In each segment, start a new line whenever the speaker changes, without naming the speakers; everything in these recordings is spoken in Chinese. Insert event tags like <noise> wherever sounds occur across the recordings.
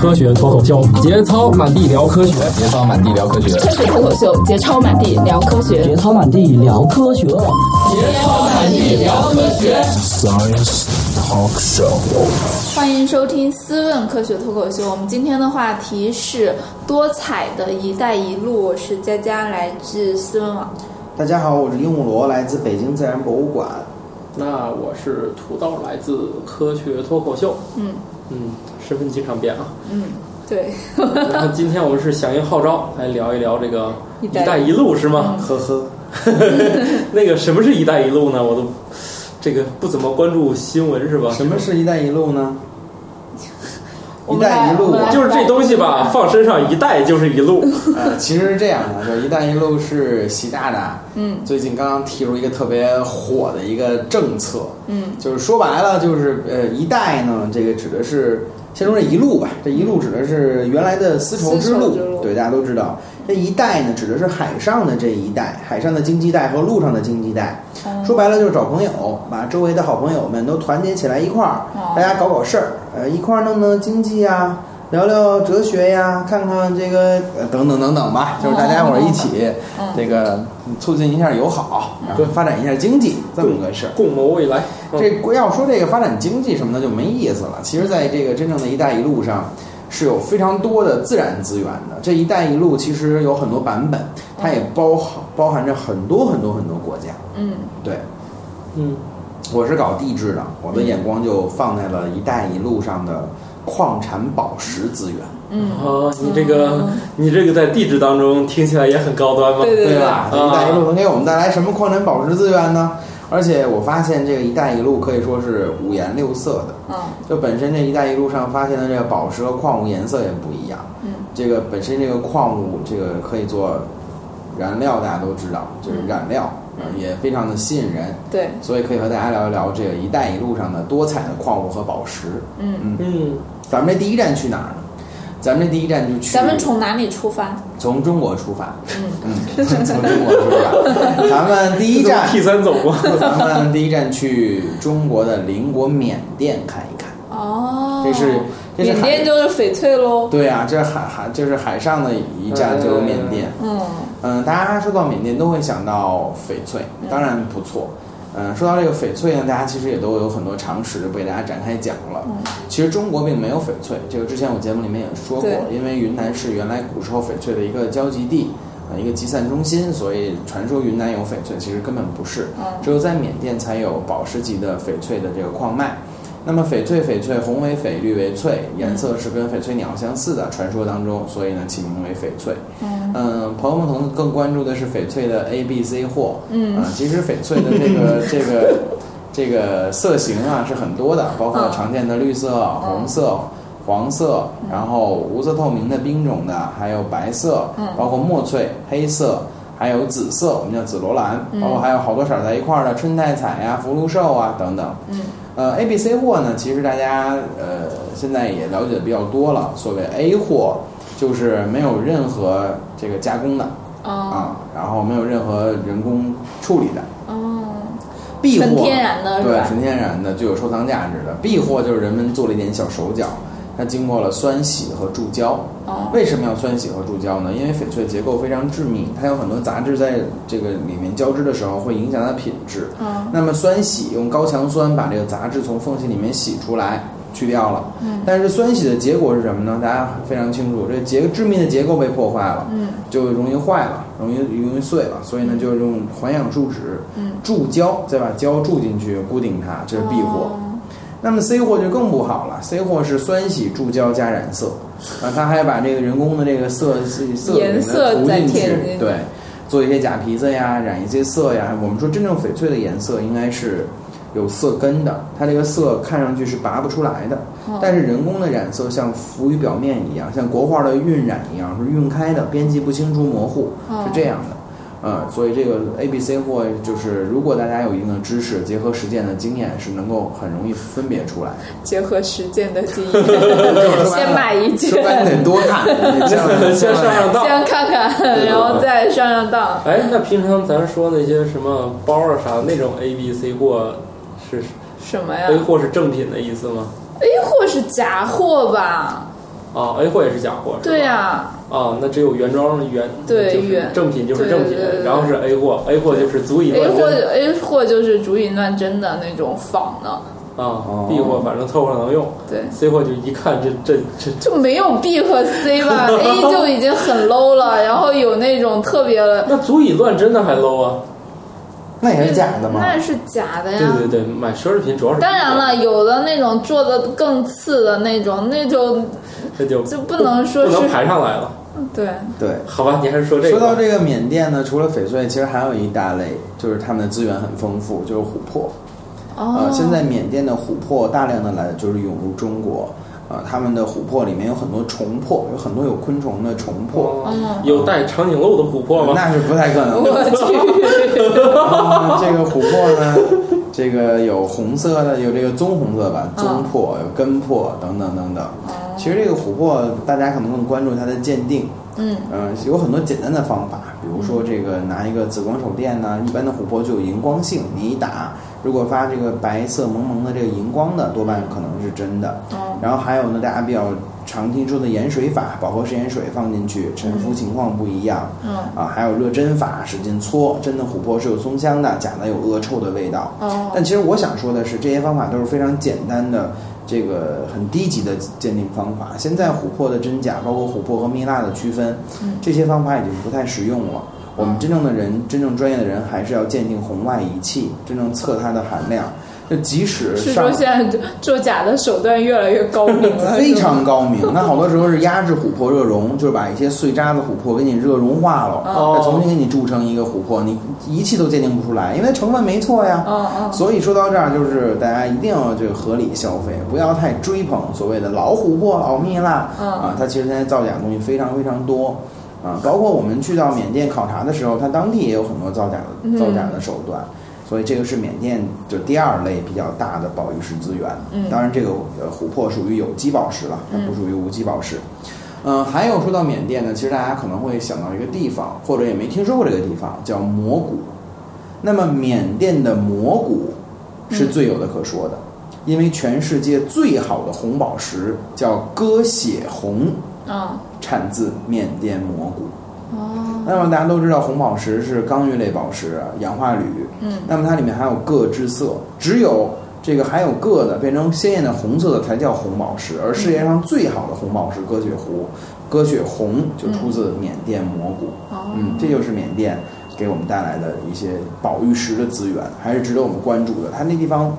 科学脱口秀，节操满地聊科学，
节操满地聊科学，
科学脱口秀，节操满地聊科学，
节操满地聊科学，
节操满地聊科学。
Science Talk Show，
欢迎收听《思问科学脱口秀》。我们今天的话题是多彩的“一带一路”。我是佳佳，来自思问网。
大家好，我是鹦鹉螺，来自北京自然博物馆。
那我是土豆，来自科学脱口秀。
嗯
嗯，身份经常变啊。 <laughs>
嗯，对。
然后今天我们是响应号召来聊一聊这个“一带一路”是吗？
呵呵。
那个什么是一带一路呢？我都这个不怎么关注新闻是吧？
什么是一带一路呢？一带一路啊
就是这东西吧，放身上一带就是一路。
呃，其实是这样的，就“一带一路”是习大大，
嗯，
最近刚刚提出一个特别火的一个政策，
嗯，
就是说白了，就是呃，“一带”呢，这个指的是先说这一路吧，这一路指的是原来的丝绸之
路，
对，大家都知道。这一带呢，指的是海上的这一带，海上的经济带和陆上的经济带。说白了就是找朋友，把周围的好朋友们都团结起来一块儿，大家搞搞事儿，呃，一块儿弄弄经济啊，聊聊哲学呀、啊，看看这个、呃、等等等等吧，就是大家伙儿一起，这个促进一下友好，然后发展一下经济，这么个事儿，
共谋未来。
嗯、这要说这个发展经济什么的就没意思了。其实，在这个真正的一带一路上。是有非常多的自然资源的。这“一带一路”其实有很多版本，它也包包含着很多很多很多国家。
嗯，
对，
嗯，
我是搞地质的，我的眼光就放在了一带一路上的矿产宝石资源。
嗯，
哦，你这个你这个在地质当中听起来也很高端嘛，
对啊
对
吧？
一带一路能给我们带来什么矿产宝石资源呢？而且我发现这个“一带一路”可以说是五颜六色的。
嗯，
就本身这“一带一路”上发现的这个宝石和矿物颜色也不一样。
嗯，
这个本身这个矿物，这个可以做燃料，大家都知道，就是染料，
嗯、
也非常的吸引人。
对，
所以可以和大家聊一聊这个“一带一路”上的多彩的矿物和宝石。
嗯
嗯，
咱们这第一站去哪儿呢？咱们这第一站就去。
咱们从哪里出发？
从中国出发。
嗯
嗯，从中国出发。咱们第一站
T 三走过。
咱们第一站去中国的邻国缅甸看一看。
哦，
这是这是
缅甸就是翡翠喽。
对啊，这海海就是海上的一站就是缅甸。
嗯
嗯、呃，大家说到缅甸都会想到翡翠，当然不错。嗯、呃，说到这个翡翠呢，大家其实也都有很多常识，就不给大家展开讲了。
嗯、
其实中国并没有翡翠，这个之前我节目里面也说过，因为云南是原来古时候翡翠的一个交集地。呃，一个集散中心，所以传说云南有翡翠，其实根本不是，只有在缅甸才有宝石级的翡翠的这个矿脉。那么翡翠，翡翠红为翡，绿为翠，颜色是跟翡翠鸟相似的，传说当中，所以呢起名为翡翠。
哦
嗯，朋友们可能更关注的是翡翠的 A、B、C 货。
嗯，
啊，其实翡翠的这个这个这个色型啊是很多的，包
嗯
括常见的绿色、红色。黄色，然后无色透明的冰种的，还有白色，
嗯、
包括墨翠、黑色，还有紫色，我们叫紫罗兰，
嗯、
包括还有好多色在一块儿的春带彩呀、啊、福禄寿啊等等。
嗯，
呃，A、B、C 货呢，其实大家呃现在也了解的比较多了。所谓 A 货，就是没有任何这个加工的、
哦、
啊，然后没有任何人工处理的。
哦。
B 货
纯天然的，
对，纯天然的具有收藏价值的。B 货就是人们做了一点小手脚，它经过了酸洗和注胶。
哦、
为什么要酸洗和注胶呢？因为翡翠结构非常致密，它有很多杂质在这个里面交织的时候会影响它的品质。
嗯、
那么酸洗用高强酸把这个杂质从缝隙里面洗出来。去掉了，
嗯、
但是酸洗的结果是什么呢？大家非常清楚，这结致密的结构被破坏了，
嗯，
就容易坏了，容易容易碎了，所以呢，就是用环氧树脂，
嗯，
注胶，再把胶注进去固定它， <laughs> 这是 B 货。
哦
那么 C 货就更不好了，C 货是酸洗注胶加染色，啊，它还把这个人工的这个色色
颜色
涂
再
进去
填进去，
对，做一些假皮子呀，染一些色呀。我们说真正翡翠的颜色应该是有色根的，它这个色看上去是拔不出来的，
哦
但是人工的染色像浮于表面一样，像国画的晕染一样，是晕开的，边际不清楚模糊，
哦
是这样的。嗯，所以这个 A、B、C 货就是，如果大家有一定的知识，结合实践的经验，是能够很容易分别出来的。
结合实践的经验，
先
<laughs> 先买一
说
件，
白了得多看，
<laughs>
得这样
先上上当。
先看看，然后再上上当。
哎，那平常咱说那些什么包啊啥那种 A B C 货是
哎什么呀
A 货是正品的意思吗？
？A 货是假货吧？
啊，A 货也是假货，
对呀、
啊，啊，那只有原装原
对
就是
原
正品就是正品
对对对，对
然后是 A 货，A 货就是足以
，A
乱
货
真
A 货就是足以乱真的那种仿的，
哦
啊，B 货反正凑合能用
对，
，C 货就一看这这这
就没有 B 和 C
<laughs>
吧，A 就已经很 low 了，然后有那种特别的，
那足以乱真的还 low 啊！
那也是假的吗？
那是假哎的呀。
对对对，买奢侈品主要是
当然了，有的那种做的更次的那种，那就
这就
就不能说
不
是
能排上来了。
对
对。
好吧，你还是说这个
说到
吧。
这个缅甸呢，除了翡翠，其实还有一大类，就是他们的资源很丰富，就是琥珀。
哦
呃，，现在缅甸的琥珀大量的来就是涌入中国，呃，他们的琥珀里面有很多虫珀，有很多有昆虫的虫珀，呃
哦有带长颈鹿的琥珀吗？
那是不太可能的。
我去，
<laughs> 啊，这个琥珀呢，这个有红色的，有这个棕红色吧，
嗯
棕珀，有根珀等等等等。
哦
其实这个琥珀，大家可能更关注它的鉴定。
嗯
呃有很多简单的方法，比如说这个拿一个紫光手电呐、一般的琥珀就有荧光性，你一打，如果发这个白色蒙蒙的这个荧光的，多半可能是真的。
哦
然后还有呢，大家比较常听说的盐水法，饱和食盐水放进去，沉浮情况不一样。
嗯
啊，还有热针法，使劲搓，真的琥珀是有松香的，假的有恶臭的味道。
哦，
但其实我想说的是，这些方法都是非常简单的，这个很低级的鉴定方法。现在琥珀的真假，包括琥珀和蜜蜡的区分，
嗯
这些方法已经不太实用了。我们真正的人，真正专业的人，还是要鉴定红外仪器，真正测它的含量。就即使
是
上
说现在做假的手段越来越高
<laughs>
明了，
非常高明。那好多时候是压制琥珀热熔，就是把一些碎渣子琥珀给你热融化了，
哦
再重新给你铸成一个琥珀，你仪器都鉴定不出来，因为成分没错呀。
嗯嗯
所以说到这儿，就是大家一定要这个合理消费，不要太追捧所谓的老琥珀、老蜜蜡、
嗯
啊，它其实现在造假的东西非常非常多。啊，包括我们去到缅甸考察的时候，它当地也有很多造假的造假的手段，所以这个是缅甸就第二类比较大的宝玉石资源。
嗯
当然这个呃琥珀属于有机宝石了，它不属于无机宝石。嗯、还有说到缅甸呢，其实大家可能会想到一个地方，或者也没听说过这个地方，叫魔谷。那么缅甸的魔谷是最有的可说的，因为全世界最好的红宝石叫鸽血红，
嗯
产自缅甸魔谷。
哦
那么大家都知道，红宝石是刚玉类宝石，氧化铝。
嗯
那么它里面含有铬之色，只有这个含有铬的变成鲜艳的红色的才叫红宝石，而世界上最好的红宝石鸽血湖，鸽血红就出自缅甸魔谷。
哦
嗯，这就是缅甸给我们带来的一些宝玉石的资源，还是值得我们关注的。它那地方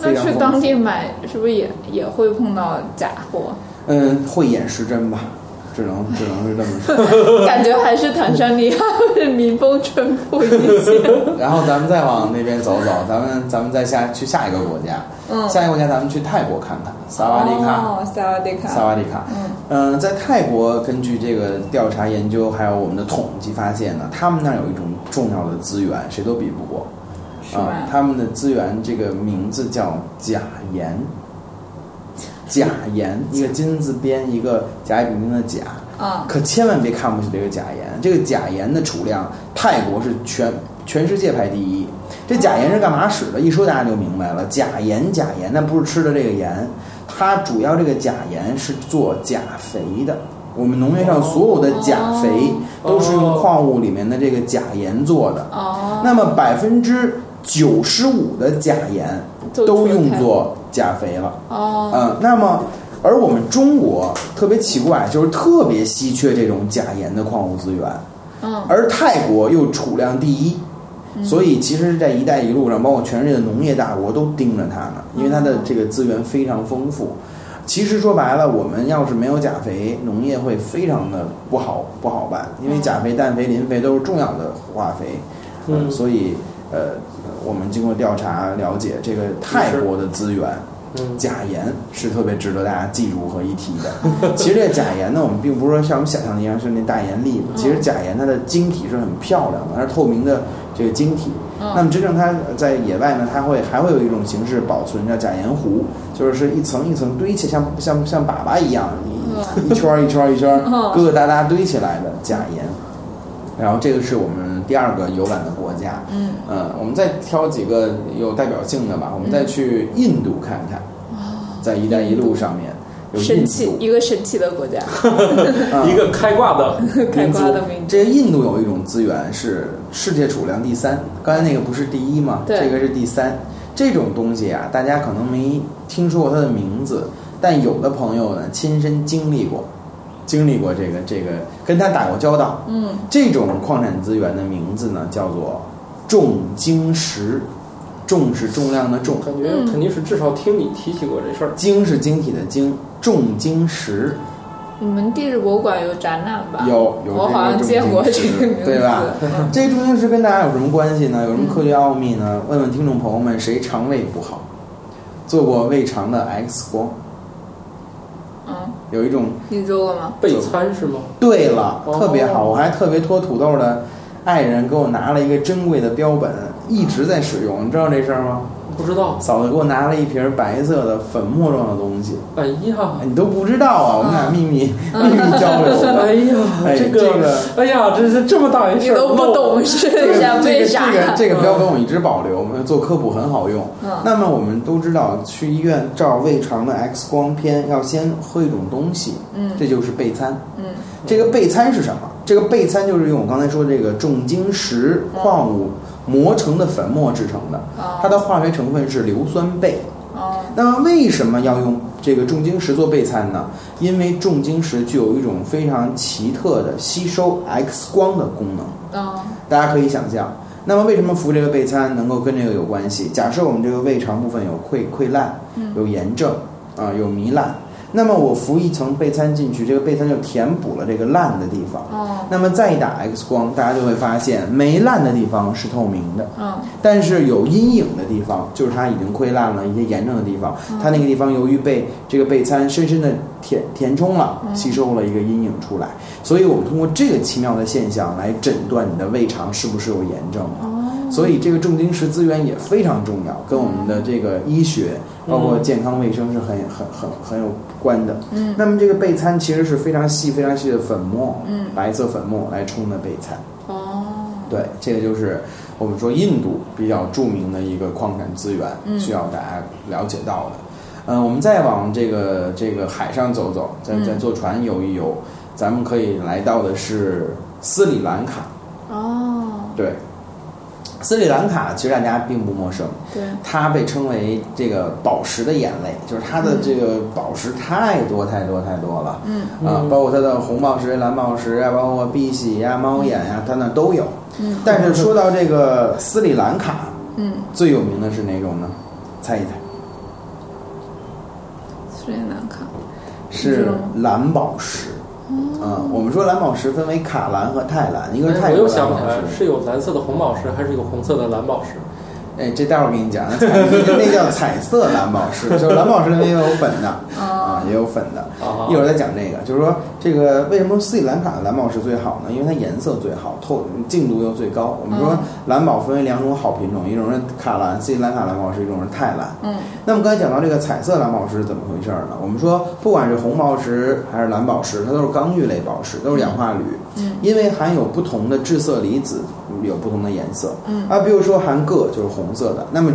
那
非常
去
丰
当
富
地买是不是也也会碰到假货？
嗯，慧眼识真吧，只能只能是这么
<laughs>
说。
感觉还是坦桑尼亚会民风淳朴一些。
然后咱们再往那边走走，咱们咱们再下去下一个国家，
嗯
下一个国家咱们去泰国看看，萨瓦迪卡，
哦，萨瓦迪卡，
萨瓦迪卡。嗯、在泰国根据这个调查研究，还有我们的统计发现呢，他们那儿有一种重要的资源，谁都比不过
是
啊、
吧？
他们的资源这个名字叫钾盐，钾盐，一个金字边，一个甲乙丙丁的甲。
啊，
可千万别看不起这个钾盐，这个钾盐的储量，泰国是全全世界排第一。这钾盐是干嘛使的？一说大家就明白了，钾盐钾盐，那不是吃的这个盐，它主要这个钾盐是做钾肥的。我们农业上所有的钾肥都是用矿物里面的这个钾盐做的。
哦，
那么百分之九十五的钾盐都用作钾肥了。
哦，
嗯，那么而我们中国特别奇怪，就是特别稀缺这种钾盐的矿物资源，
嗯，
而泰国又储量第一，所以其实，在“一带一路”上，包括全世界的农业大国都盯着它呢，因为它
哦
的这个资源非常丰富。其实说白了，我们要是没有钾肥，农业会非常的不好不好办，因
哦
为钾肥、氮肥、磷肥都是重要的化肥，
嗯
所以呃，我们经过调查了解，这个泰国的资源
嗯
钾盐是特别值得大家记住和一提的。其实这钾盐呢，我们并不是说像我们想象的一样是那大盐粒子，
嗯
其实钾盐它的晶体是很漂亮的，它是透明的这个晶体。
嗯
那么真正它在野外呢，它会还会有一种形式保存，叫钾盐湖，就是是一层一层堆起，像像像粑粑一样，
嗯
一一圈儿一圈儿一圈儿
嗯
疙疙瘩瘩堆起来的钾盐。然后这个是我们第二个游览的国家，
嗯，
呃，我们再挑几个有代表性的吧，我们再去印度看看，在“一带一路”上面，有
哦神
印
奇
度，
一个神奇的国家，
嗯
一个开挂的
开
民
挂
族
的民族。
这个印度有一种资源是世界储量第三，刚才那个不是第一吗？
对
这个是第三。这种东西啊，大家可能没听说过它的名字，但有的朋友呢亲身经历过，经历过这个这个跟他打过交道。
嗯，
这种矿产资源的名字呢叫做重晶石，重是重量的重，
感觉，肯定是至少听你提起过这事儿。
晶是晶体的晶，重晶石。
你们地质博物馆有展览吧？
有有
我好像
这
见过
个重
这
金
个
石
名字，
对吧？
嗯？
这个重晶石跟大家有什么关系呢？有什么科学奥秘呢？问问听众朋友们，谁肠胃不好，做过胃肠的 X 光？
嗯，
有一种
<laughs> 你做过吗？
备餐是吗？
对了，
哦
特别好，我还特别托土豆的爱人给我拿了一个珍贵的标本，一直在使用，你知道这事儿吗？
不知道。
嫂子给我拿了一瓶白色的粉末状的东西，
哎呀，
你都不知道啊，我们俩秘密、秘密交流的。
哎呀，
哎
这
这个
哎呀，这是这么大一
你
事儿，
都不懂
这
是
个
啥？
<laughs> 这
为
个
啥？
这个这个标本我一直保留，我们做科普很好用。
嗯
那么我们都知道，去医院照胃肠的 X 光片要先喝一种东西，
嗯
这就是备餐。
嗯
这个备餐是什么？这个备餐就是用我刚才说这个重晶石矿物磨成的粉末制成的，
嗯哦
它的化学成分是硫酸钡。
哦
那么为什么要用这个重晶石做备餐呢？因为重晶石具有一种非常奇特的吸收 X 光的功能。
哦
大家可以想象。那么为什么服这个备餐能够跟这个有关系？假设我们这个胃肠部分有溃溃烂，
嗯
有炎症啊、有糜烂，那么我服一层备餐进去，这个备餐就填补了这个烂的地方。
哦
那么再一打 X 光，大家就会发现没烂的地方是透明的，
嗯
但是有阴影的地方，就是它已经溃烂了，一些炎症的地方，
嗯
它那个地方由于被这个备餐深深的填填充了，
嗯
吸收了一个阴影出来，所以我们通过这个奇妙的现象来诊断你的胃肠是不是有炎症了。
哦
所以这个重晶石资源也非常重要，跟我们的这个医学，包括健康卫生是很很很很有关的。
嗯
那么这个备餐其实是非常细、非常细的粉末，
嗯
白色粉末来冲的备餐。
哦
对，这个就是我们说印度比较著名的一个矿产资源，
嗯
需要大家了解到的。嗯、我们再往这个这个海上走走，再再
嗯
坐船游一游，咱们可以来到的是斯里兰卡。
哦
对，斯里兰卡其实大家并不陌生，
对
它被称为这个宝石的眼泪，就是它的这个宝石太多太多太多了。
嗯
啊
嗯，
包括它的红宝石、蓝宝石啊，包括碧玺呀、猫眼呀、它那都有。
嗯
但是说到这个斯里兰卡，
嗯
最有名的是哪种呢？猜一猜，
斯里兰卡
是蓝宝石。啊、
哦
我们说蓝宝石分为卡蓝和泰蓝，一个是
哎
泰
我
国
又
蓝
想
宝
起来，
石。
是有蓝色的红宝石，还是有红色的蓝宝石？
哎，这待会儿给你讲，彩 <laughs> 那叫彩色蓝宝石，就是蓝宝石里面也有粉的
哦
啊，也有粉的。
啊，
一会儿再讲这个，就是说这个为什么斯里兰卡的蓝宝石最好呢？因为它颜色最好，透净度又最高。我们说
嗯
蓝宝分为两种好品种，一种是卡蓝，斯里兰卡蓝宝石，一种是泰蓝。
嗯
那么刚才讲到这个彩色蓝宝石是怎么回事儿呢？我们说，不管是红宝石还是蓝宝石，它都是刚玉类宝石，都是氧化铝，
嗯
因为含有不同的致色离子，有不同的颜色。
嗯
啊，比如说含铬就是红色的，那么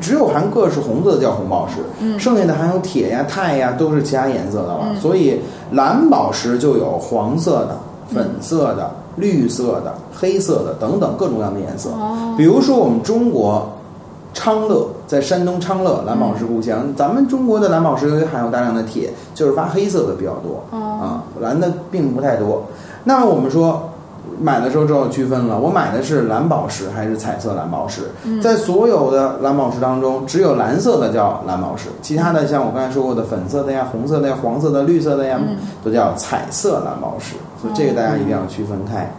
只只有含铬是红色的叫红宝石，
嗯
剩下的含有铁呀、钛呀都是其他颜色的了。
嗯
所以蓝宝石就有黄色的、粉色
嗯
的、绿色的、黑色的等等各种各样的颜色。
哦
比如说我们中国昌乐，在山东昌乐蓝宝石故乡，
嗯
咱们中国的蓝宝石由于含有大量的铁，就是发黑色的比较多，
哦
啊，蓝的并不太多。那我们说。买的时候就要区分了，我买的是蓝宝石还是彩色蓝宝石？
嗯
在所有的蓝宝石当中，只有蓝色的叫蓝宝石，其他的像我刚才说过的粉色的呀、红色的呀、黄色的、绿色的呀，
嗯哦
都叫彩色蓝宝石，所以这个大家一定要区分开。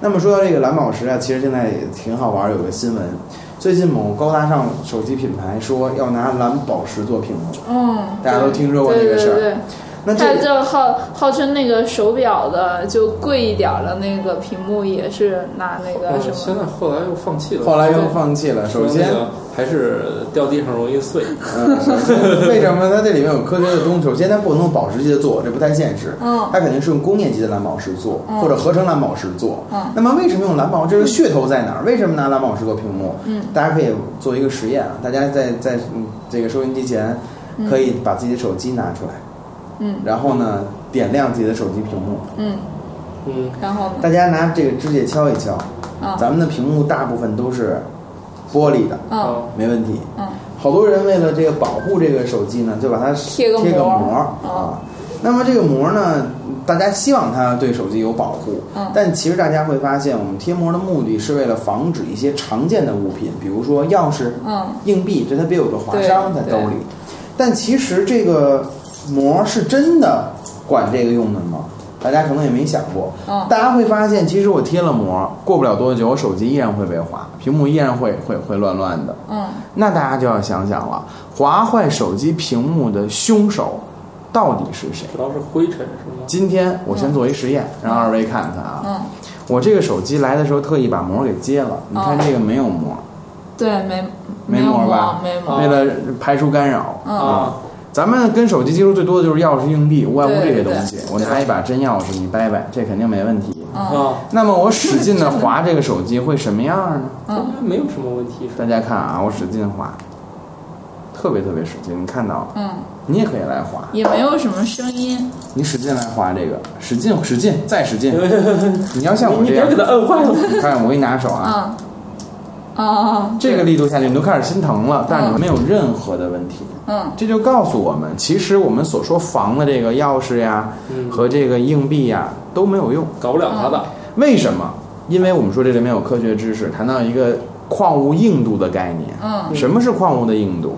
那么说到这个蓝宝石啊，其实现在也挺好玩儿，有个新闻，最近某高大上手机品牌说要拿蓝宝石做屏幕，
嗯，
大家都听说过这
对
个事
对
儿。
对。
那
它
这
就号号称那个手表的就贵一点儿的那个屏幕也是拿那
哦
个
嗯
什
现
么，
在后来又放弃了。
后来又
对
放弃了。首
说
先
那，个还是掉地上容易碎。
嗯，首先为什么它这里面有科学的东西？首先，它不能用宝石级的做，这不太现实。
嗯
它肯定是用工业级的蓝宝石做，
嗯
或者合成蓝宝石做。
嗯
那么为什么用蓝宝？这个噱头在哪儿？为什么拿蓝宝石做屏幕？
嗯
大家可以做一个实验啊，大家在在嗯这个收音机前，可以把自己的手机拿出来，
嗯，
然后呢，点亮自己的手机屏幕，
嗯
嗯，
然后呢
大家拿这个指甲敲一敲，
啊
咱们的屏幕大部分都是玻璃的，
嗯
啊
没问题。
嗯，
好多人为了这个保护这个手机呢，就把它
贴个
膜
膜
儿
嗯
啊。那么这个膜呢，大家希望它对手机有保护，
嗯
但其实大家会发现，我们贴膜的目的是为了防止一些常见的物品，比如说钥匙、
嗯
硬币，这它别有个划伤在
对
兜里。但其实这个膜是真的管这个用的吗？大家可能也没想过。
嗯
大家会发现，其实我贴了膜，过不了多久，我手机依然会被划，屏幕依然会会会乱乱的。
嗯，
那大家就要想想了，划坏手机屏幕的凶手到底是谁？
主要是灰尘是吗？
今天我先做一实验，让二位看看啊。
嗯，
我这个手机来的时候特意把膜给揭了，你看这个没有膜，
对，没
没
有
膜吧哦
膜，没膜，
为了排除干扰。
嗯
啊，
咱们跟手机接触最多的就是钥匙、硬币，无外乎这些
对对
东
对
西。我拿一把真钥匙，你掰掰，这肯定没问题。
嗯
啊，
那么我使劲的划这个手机会什么样呢？
嗯
应该没有什么问题是吧？
大家看啊，我使劲划，特别特别使劲，你看到了，
嗯，
你也可以来划，
也没有什么声音，
你使劲来划这个，使劲使劲再
<laughs>
使劲，你要像我
你
这
别
样
给，它摁坏了。
你看我给你拿手啊，
嗯，
嗯
哦，
这个力度下去你都开始心疼了，但是你们没有任何的问题。
嗯
这就告诉我们，其实我们所说防的这个钥匙呀
嗯
和这个硬币呀都没有用。
搞不了它的。
为什么？因为我们说这里面有科学知识，谈到一个矿物硬度的概念。
嗯
什么是矿物的硬度？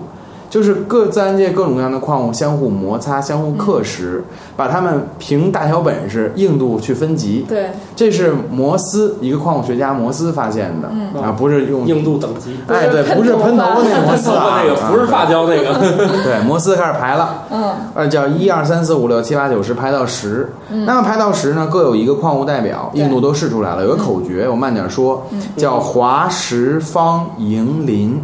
就是各自然界各种各样的矿物相互摩擦、相互
嗯
克蚀，把它们凭大小本事硬度去分级。
对，
这是摩斯一个矿物学家摩斯发现的、
嗯
啊，不是用
硬度等级，
哎对，不是喷头的
<laughs>
那个摩斯
不
啊，嗯
那个不是发胶那个，
对摩斯开始排了，
嗯
呃，叫一二三四五六七八九十排到十。那么排到十呢，各有一个矿物代表，
对
硬度都试出来了，有个口诀，我慢点说，叫华石方银磷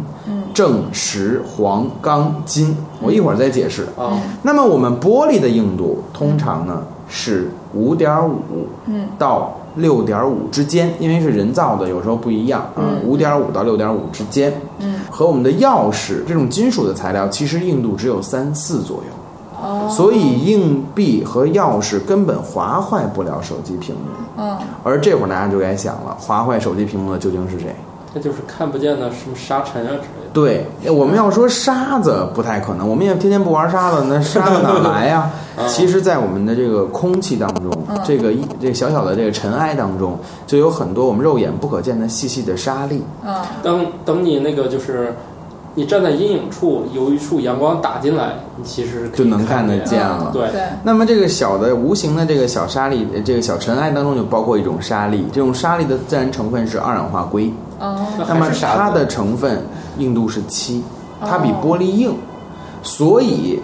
正石黄钢金，我一会儿再解释。
啊，
那么我们玻璃的硬度通常呢是五点五
嗯
到六点五之间，因为是人造的，有时候不一样啊，五点五到六点五之间。
嗯，
和我们的钥匙这种金属的材料，其实硬度只有三四左右，
哦，
所以硬币和钥匙根本划坏不了手机屏幕。
嗯
而这会儿大家就该想了，划坏手机屏幕的究竟是谁？
那就是看不见的什么沙尘啊之类
对，我们要说沙子不太可能，我们也天天不玩沙子，那沙子哪来呀、其实，在我们的这个空气当中，这个一这小小的这个尘埃当中，就有很多我们肉眼不可见的细细的沙粒。
嗯
的。当等你那个就是，你站在阴影处，有一处阳光打进来，你其实可
就
以
能
看
看得见了
了。对，
嗯对，
那么这个小的无形的这个小沙粒，呃这个小尘埃当中就包括一种沙粒，这种沙粒的自然成分是二氧化硅，
哦
那么
还是沙子
它的成分硬度是七，它比玻璃硬，所以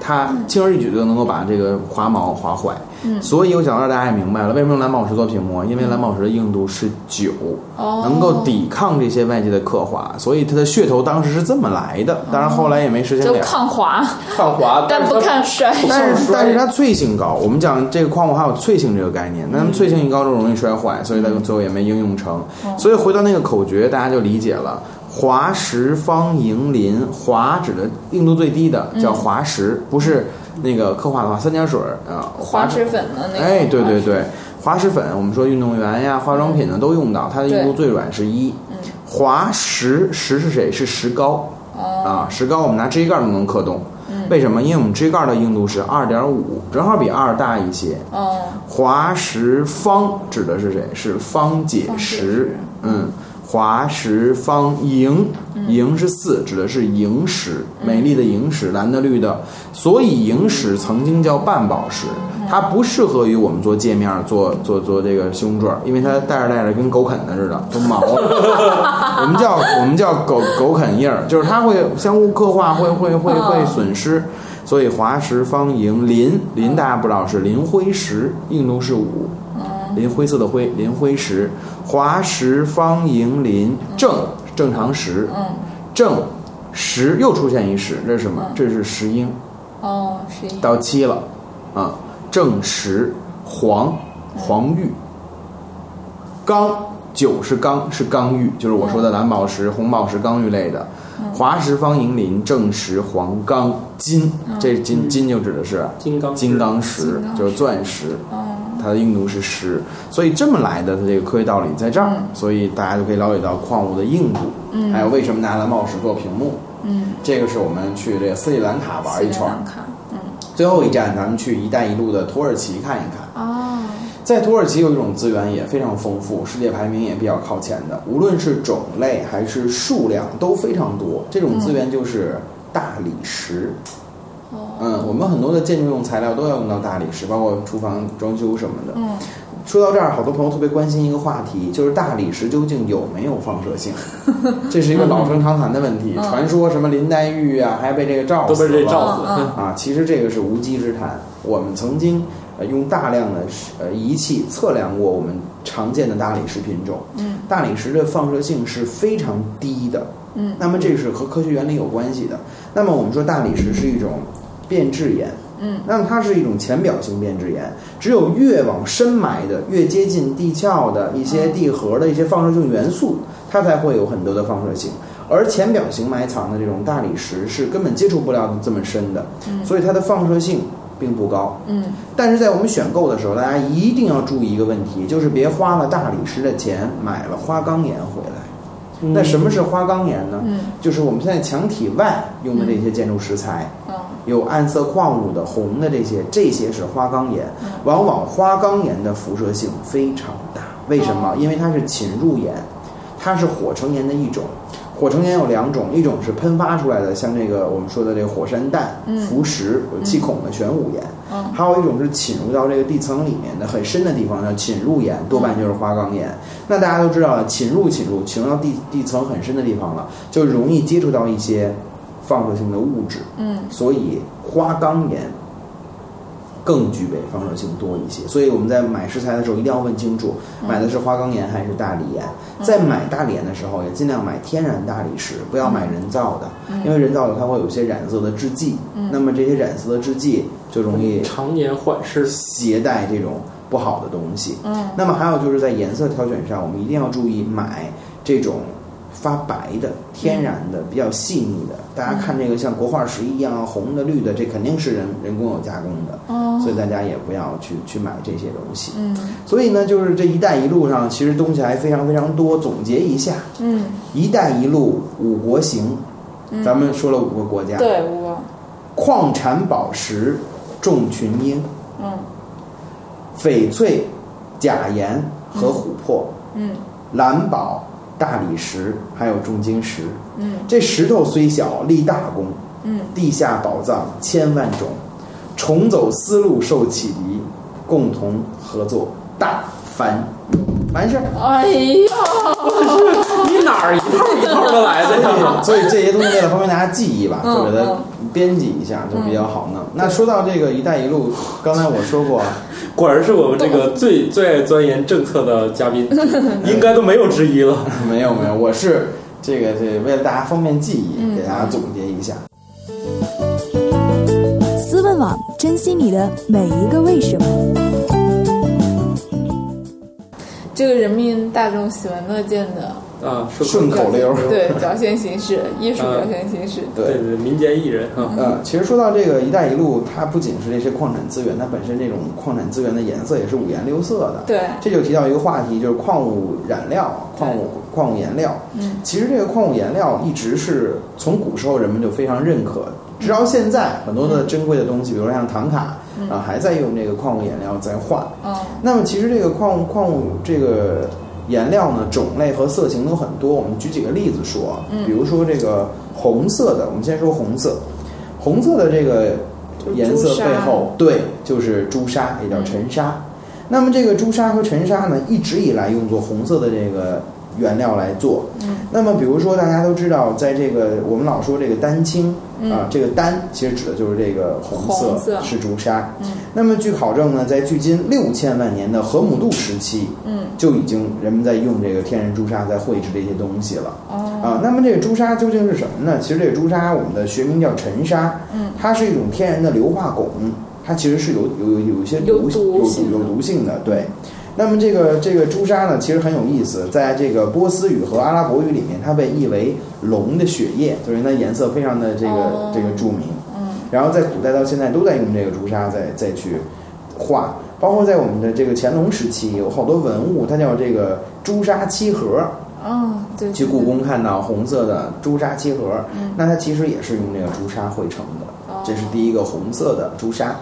它轻而易举就能够把这个滑毛划坏。
嗯
所以我想让大家也明白了，为什么用蓝宝石做屏幕？因为蓝宝石的硬度是九，
哦，
能够抵抗这些外界的刻划，所以它的噱头当时是这么来的。当然后来也没实现
哦就
了。
抗滑，
看
啊
滑，
但不看
<laughs>
摔，
但是
摔
但是它脆性高，我们讲这个矿物还有脆性这个概念，那
嗯
么脆性一高就容易摔坏，所以它最后也没应用成。
哦
所以回到那个口诀，大家就理解了。滑石方银磷，滑指的硬度最低的
嗯
叫滑石，不是那个刻画的话三点水儿啊，
滑石粉的那个，
哎，对对，对，滑石粉，我们说运动员呀、化妆品呢都用到，它的硬度最软是一。滑石石是谁？是石膏。啊，石膏我们拿指甲盖儿都能刻动。为什么？因为我们指甲盖儿的硬度是二点五，正好比二大一些。
哦，
滑石方指的是谁？是方解
方解
石
石。
嗯，滑石方萤，萤是四，指的是萤石，美丽的萤石，蓝的绿的。所以萤石曾经叫半宝石，它不适合于我们做界面、做做做这个胸坠儿，因为它戴着戴着跟狗啃的似的，都毛了。我们叫我们叫狗狗啃印儿，就是它会相互刻画，会会会会损失。所以滑石方萤磷磷大家不知道是磷灰石，硬度是五，磷灰色的灰磷灰石，滑石方萤磷正正常石，
嗯，
正石又出现一石，这是什么？这是石英，
哦，是一，
到期了，啊，正石黄黄玉，钢九是钢是钢玉，就是我说的蓝宝石、红宝石、钢玉类的。华石方银林正石黄冈金，这金金就指的是
金刚
嗯金刚石，嗯就是钻石，它的用途是石，所以这么来的它这个科学道理在这儿，所以大家就可以了解到矿物的硬度，还有为什么拿蓝宝石做屏幕，
嗯，
这个是我们去这个斯里兰卡玩一圈，
嗯，
最后一站咱们去“一带一路”的土耳其看一看
哦。
在土耳其有一种资源也非常丰富，世界排名也比较靠前的，无论是种类还是数量都非常多。这种资源就是大理石。
嗯、
嗯，我们很多的建筑用材料都要用到大理石，包括厨房装修什么的。
嗯，
说到这儿，好多朋友特别关心一个话题，就是大理石究竟有没有放射性？这是一个老生常谈的问题。
嗯
传说什么林黛玉啊，还被这个照
都
死
被
了，
这罩死
嗯
了。
啊，其实这个是无稽之谈。我们曾经呃用大量的呃仪器测量过我们常见的大理石品种，
嗯
大理石的放射性是非常低的。
嗯
那么这是和科学原理有关系的。那么我们说大理石是一种变质岩，
嗯
那么它是一种浅表性变质岩，只有越往深埋的、越接近地壳的一些
哦
地核的一些放射性元素，它才会有很多的放射性。而浅表型埋藏的这种大理石是根本接触不了这么深的，
嗯
所以它的放射性并不高。
嗯
但是在我们选购的时候，大家一定要注意一个问题，就是别花了大理石的钱买了花岗岩回来。
嗯
那什么是花岗岩呢？
嗯
就是我们现在墙体外用的这些建筑石材，
嗯
有暗色矿物的、红的这些，这些是花岗岩。
嗯
往往花岗岩的辐射性非常大，为什
哦
么？因为它是侵入岩，它是火成岩的一种。火成岩有两种，一种是喷发出来的，像这个我们说的这个火山弹
嗯、
浮石、有气孔的玄武岩；
嗯
还有一种是侵入到这个地层里面的很深的地方，叫侵入岩，多半就是花岗岩。
嗯
那大家都知道了，侵入、侵入、侵入到地地层很深的地方了，就容易接触到一些放射性的物质。
嗯
所以花岗岩更具备放射性多一些。所以我们在买食材的时候一定要问清楚，买的是花岗岩还是大理岩。在买大理岩的时候，也尽量买天然大理石，不要买人造的，因为人造的它会有一些染色的制剂，那么这些染色的制剂就容易
常年缓释，
携带这种不好的东西。
嗯
那么还有就是在颜色挑选上，我们一定要注意买这种发白的、天然的、比较细腻
嗯
的。大家看这个像国画石一样啊红的、绿的，这肯定是人人工有加工的，
哦
所以大家也不要去去买这些东西。
嗯
所以呢，就是这“一带一路”上其实东西还非常非常多。总结一下，“
嗯
一带一路”五国行，
嗯，
咱们说了五个国家：
对我
矿产宝石、重群英、
嗯
翡翠、钾盐和琥珀。
嗯
蓝宝、大理石，还有重金石。
嗯
这石头虽小，立大功，
嗯
地下宝藏千万种，重走丝路受启迪，共同合作大
<laughs>
繁荣。完事儿。
哎呀，
你哪儿一套一套的来的
<laughs>
呀？
所以这些东西为了方便大家记忆吧，
嗯
就给它编辑一下，就比较好弄。那说到这个“一带一路”，刚才我说过，啊
果然是我们这个最最爱钻研政策的嘉
<laughs>
宾，应该都没有之一了。
<laughs> 没有没有，我是这个这为了大家方便记忆，
嗯
给大家总结一下。
思问网珍惜你的每一个为什么。
这个人民大众喜闻乐见的
啊，说
顺口溜儿
对表现形式，艺术表现形式，
对
对对，民间艺人
嗯
啊，
呃，其实说到这个“一带一路”，它不仅是这些矿产资源，它本身这种矿产资源的颜色也是五颜六色的。
对，
这就提到一个话题，就是矿物染料、矿物矿物颜料。
嗯
其实这个矿物颜料一直是从古时候人们就非常认可，直到现在，很多的珍贵的东西，比如说像唐卡
嗯
啊，还在用这个矿物颜料在换。
嗯
那么其实这个矿物矿物这个颜料呢，种类和色情有很多。我们举几个例子说，啊
嗯
比如说这个红色的，我们先说红色，红色的这个
就是
颜色
朱砂嗯
背后，对，就是朱砂，也叫沉砂。那么这个朱砂和沉砂呢，一直以来用作红色的这个原料来做。
嗯
那么比如说大家都知道，在这个我们老说这个丹青
嗯
啊，这个丹其实指的就是这个
红色
是朱砂。
嗯
那么据考证呢，在距今六千万年的河姆渡时期，
嗯
就已经人们在用这个天然朱砂在绘制这些东西了
哦
啊。那么这个朱砂究竟是什么呢？其实这个朱砂我们的学名叫沉砂，
嗯
它是一种天然的硫化汞，它其实是有有有有一些
有
毒
毒
有
性
有
的
毒性的，对。那么这个这个朱砂呢，其实很有意思，在这个波斯语和阿拉伯语里面，它被译为龙的血液，所以它颜色非常的这个、
哦
这个著名。然后在古代到现在都在用这个朱砂再再去画，包括在我们的这个乾隆时期，有好多文物，它叫这个朱砂漆盒。
嗯，对，
去故宫看到红色的朱砂漆盒，
嗯
那它其实也是用这个朱砂绘成的
哦，
这是第一个红色的朱砂。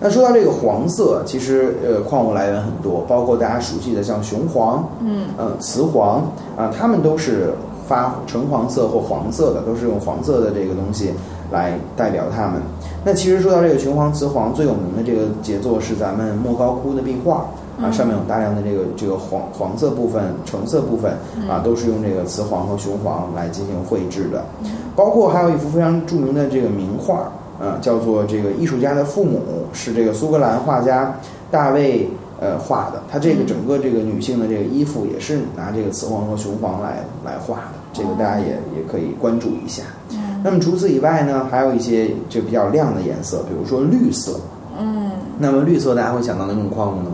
那说到这个黄色，其实呃矿物来源很多，包括大家熟悉的像雄黄、
嗯
呃雌黄啊、它们都是发橙黄色或黄色的，都是用黄色的这个东西来代表它们。那其实说到这个雄黄、雌黄，最有名的这个杰作是咱们莫高窟的壁画。啊，
嗯
上面有大量的这个这个黄黄色部分、橙色部分
嗯
啊，都是用这个雌黄和雄黄来进行绘制的，
嗯
包括还有一幅非常著名的这个名画，呃，叫做这个艺术家的父母，是这个苏格兰画家大卫呃画的，他
嗯
这个整个这个女性的这个衣服也是拿这个雌黄和雄黄来来画的，这个大家也
哦
也可以关注一下。
嗯
那么除此以外呢，还有一些就比较亮的颜色，比如说绿色，
嗯
那么绿色大家会想到哪种矿物呢？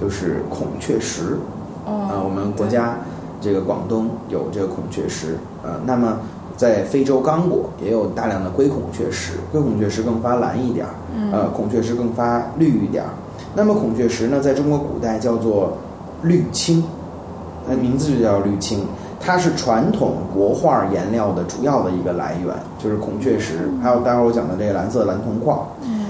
就是孔雀石啊、
嗯
我们国家这个广东有这个孔雀石啊、呃那么在非洲刚果也有大量的龟孔雀石，龟孔雀石更发蓝一点儿，呃，孔雀石更发绿一点儿。那么孔雀石呢，在中国古代叫做绿青，它名字就叫绿青，它是传统国画颜料的主要的一个来源，就是孔雀石，还有待会儿我讲的这个蓝色蓝铜矿。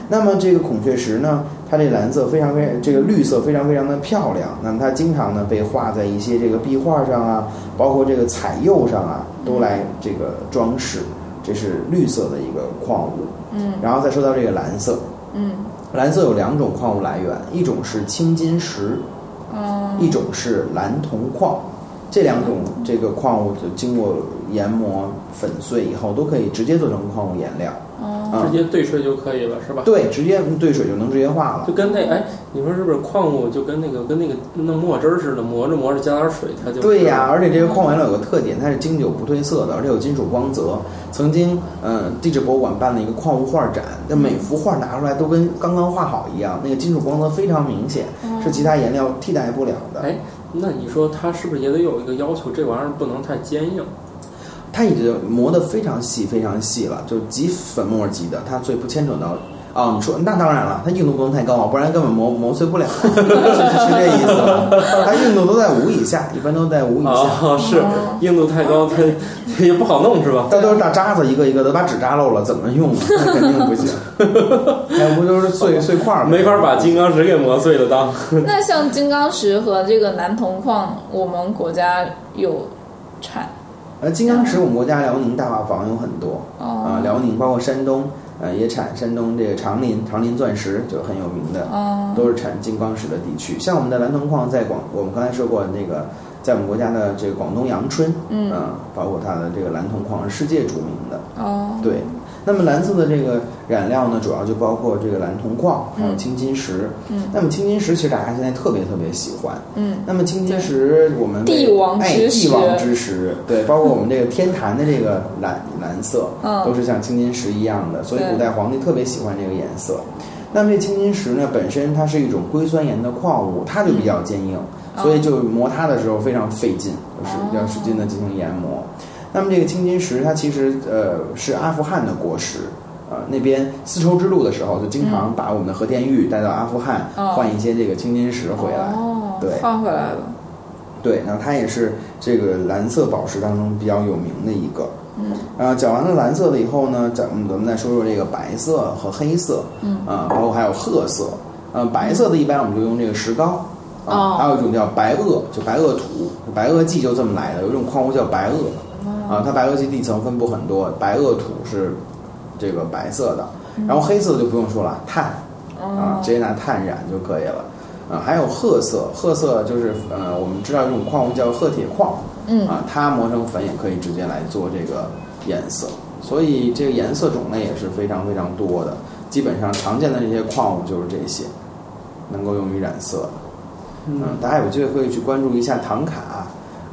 那么这个孔雀石呢，它这蓝色非常非这个绿色非常非常的漂亮，那么它经常呢被画在一些这个壁画上啊，包括这个彩釉上啊，
嗯
都来这个装饰，这是绿色的一个矿物。
嗯
然后再说到这个蓝色，
嗯
蓝色有两种矿物来源，一种是青金石，
嗯
一种是蓝铜矿。这两种这个矿物经过研磨粉碎以后，都可以直接做成矿物颜料。啊
嗯直接兑水就可以了，是吧？
对，直接嗯兑水就能直接化了
就。跟那哎，你说是不是矿物就跟那个跟那个那墨汁儿似的，磨着磨着加点水，它就
对呀、而且这个矿物颜料有个特点，它是经久不褪色的，而且有金属光泽。曾经，嗯、地质博物馆办了一个矿物画展，那每幅画拿出来都跟刚刚画好一样，那个金属光泽非常明显，是其他颜料替代不了的。
哎，那你说它是不是也得有一个要求？这玩意儿不能太坚硬。
它已经磨得非常细，非常细了，就是极粉末级的，它最不牵扯到。哦，你说那当然了，它硬度不能太高，不然根本磨磨碎不了， <laughs> 是是这意思吧？它硬度都在五以下，一般都在五以下。
啊， <laughs> 是硬度太高，它也不好弄，是吧？
它都是大渣子，一个一个的，把纸扎漏了，怎么 <laughs> 用？啊那肯定不行，那不就是碎碎块儿吗？
没法把金刚石给磨碎了当。
那像金刚石和这个蓝铜矿，我们国家有产
呃，金刚石我们国家辽宁大瓦房有很多啊、
哦
辽宁包括山东，呃，也产山东这个长林，长林钻石就很有名的，
哦
都是产金刚石的地区。像我们的蓝铜矿在广，我们刚才说过那个，在我们国家的这个广东阳春，
嗯
啊、包括它的这个蓝铜矿是世界著名的。
哦
对，那么蓝色的这个染料呢，主要就包括这个蓝铜矿，还有
嗯
青金石。
嗯
那么青金石其实大家现在特别特别喜欢。
嗯
那么青金石，我们
帝
被
王
哎
之
帝
石
王之石，对，包括我们这个天坛的这个蓝蓝色，
嗯
都是像青金石一样的，所以
对
古代皇帝特别喜欢这个颜色。那么这青金石呢，本身它是一种硅酸盐的矿物，它就比较坚硬，
嗯哦
所以就磨它的时候非常费劲，就是要使劲的进行研磨。那么这个青金石，它其实呃是阿富汗的国石。呃，那边丝绸之路的时候，就经常把我们的和田玉带到阿富汗，
嗯哦
换一些这个青金石回来。
哦
对
换回来了
对，然后它也是这个蓝色宝石当中比较有名的一个。
嗯，
啊，讲完了蓝色的以后呢，咱们咱们再说说这个白色和黑色，
嗯
啊，包括还有褐色。呃，白色的一般我们就用这个石膏，啊，
哦
还有一种叫白垩，就白垩土，白垩纪就这么来的。有一种矿物叫白垩，
哦
啊，它白垩纪地层分布很多，白垩土是这个白色的，
嗯
然后黑色的就不用说了，碳，
哦
啊，直接拿碳染就可以了。啊，还有褐色，褐色就是呃，我们知道一种矿物叫褐铁矿，
嗯
啊，它磨成粉也可以直接来做这个颜色，所以这个颜色种类也是非常非常多的。基本上常见的这些矿物就是这些，能够用于染色。嗯，大家有机会可以去关注一下唐卡，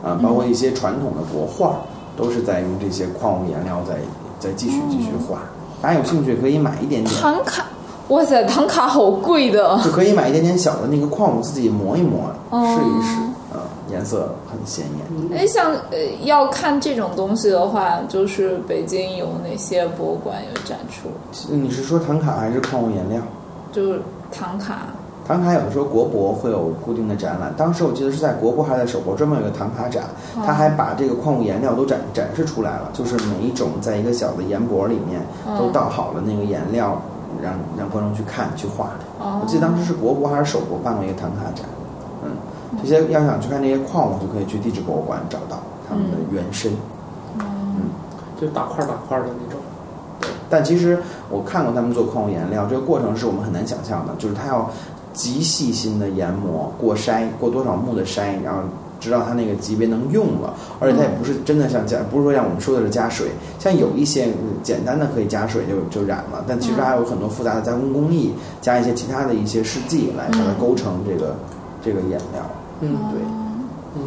啊，包括一些传统的国画，都是在用这些矿物颜料在在继续继续画。大家有兴趣可以买一点点。
唐卡哇塞，唐卡好贵的，
就可以买一点点小的那个矿物，自己磨一磨，试一试，嗯，颜色很鲜艳。
哎，像呃要看这种东西的话，就是北京有哪些博物馆有展出？
你是说唐卡还是矿物颜料？
就是唐卡。
唐卡有的时候国博会有固定的展览，当时我记得是在国博还是在首博专门有个唐卡展，
哦
他还把这个矿物颜料都展展示出来了，就是每一种在一个小的研钵里面
哦
都倒好了那个颜料，让让观众去看去画。
哦
我记得当时是国博还是首博办过一个唐卡展，嗯，这些要想去看这些矿物，就可以去地质博物馆找到它们的原身，
嗯，就大块大块的那种。
但其实我看过他们做矿物颜料，这个过程是我们很难想象的，就是它要。极细心的研磨、过筛、过多少目的筛，然后直到它那个级别能用了，而且它也不是真的像加，不是说像我们说的是加水，像有一些简单的可以加水就就染了，但其实还有很多复杂的加工工艺，加一些其他的一些试剂来把它勾成这个、嗯、这个颜料。
嗯，
对，
嗯，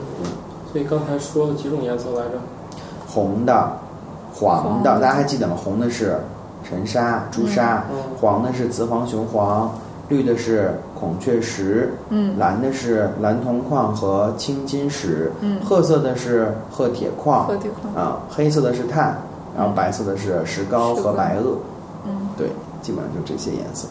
所以刚才说了几种颜色来着？
红的、黄的，大家还记得吗？红的是神砂、朱砂，
嗯、
黄的是雌黄、雄黄。绿的是孔雀石，
嗯，
蓝的是蓝铜矿和青金石，
嗯，
褐色的是褐铁矿，
褐铁矿
啊，黑色的是碳，然后白色的是石膏和白垩，
嗯，
对，基本上就这些颜色。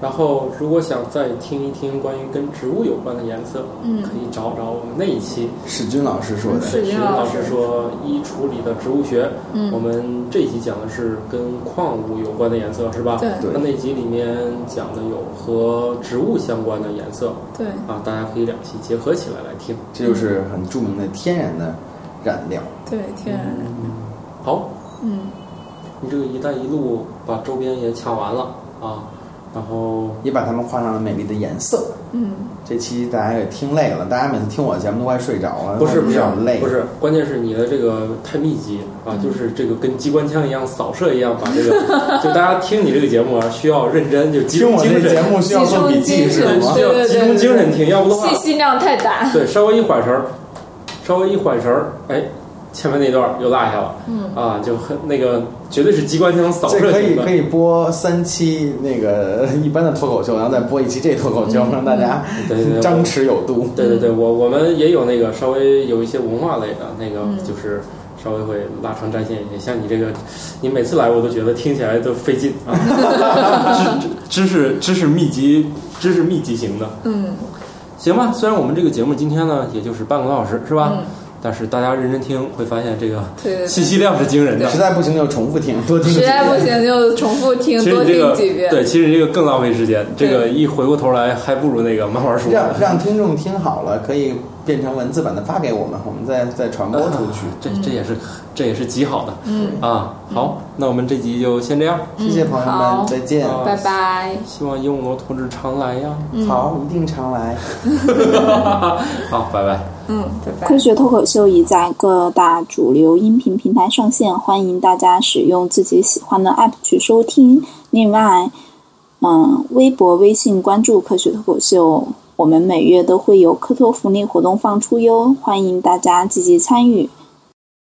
然后，如果想再听一听关于跟植物有关的颜色，
嗯，
可以找找我们那一期
史军老师说的。
史军老师说衣橱里的植物学，
嗯，
我们这一集讲的是跟矿物有关的颜色，是吧？
对。
那那集里面讲的有和植物相关的颜色，
对。
啊，大家可以两期结合起来来听，
这就是很著名的天然的染料。
对，天然染料。
好，
嗯，
你这个“一带一路”把周边也抢完了啊。然后
也把它们画上了美丽的颜色。
嗯，
这期大家也听累了，大家每次听我节目都快睡着了。
不是不是
累，
不是，关键是你的这个太密集啊，就是这个跟机关枪一样扫射一样，把这个 <laughs> 就大家听你这个节目啊，需要认真就集
中
精神。
听我这节目需要做笔记是吗？
需要集中精神听，要不的话
信息量太 <laughs> 大。
对，稍微一缓神儿，稍微一缓神儿，哎。前面那段又落下了，
嗯
啊，就很那个，绝对是机关枪扫射
可以可以播三期那个一般的脱口秀，然后再播一期这脱口
嗯
秀，让大家张弛有度。
对对对，我我们也有那个稍微有一些文化类的那个，
嗯
就是稍微会拉长战线一些。像你这个，你每次来我都觉得听起来都费劲啊，
<laughs>
知知识知识密集，知识密集型的。
嗯，
行吧，虽然我们这个节目今天呢，也就是半个多小时，是吧？
嗯
但是大家认真听，会发现这个信息量是惊人的。
实在不行就重复听，多听。
实在不行就重复听，
其实
多
这
听
个
几遍。
对，其实这个更浪费时间。这
对
个一回过头来，还不如那个慢慢说。
让让听众听好了，可以变成文字版的发给我们，我们再再传播出去。
呃这这也是这也是极好的。
嗯
啊，好，那我们这集就先这样。
谢谢朋友
好
们，再见。
啊
拜拜。
希望鹦鹉螺同志常来呀。
好，一定常来。
好，拜拜。
嗯，拜拜。
科学脱口秀已在各大主流音频平台上线，欢迎大家使用自己喜欢的 app 去收听。另外，嗯，微博、微信关注科学脱口秀，我们每月都会有科托福利活动放出哟，欢迎大家积极参与。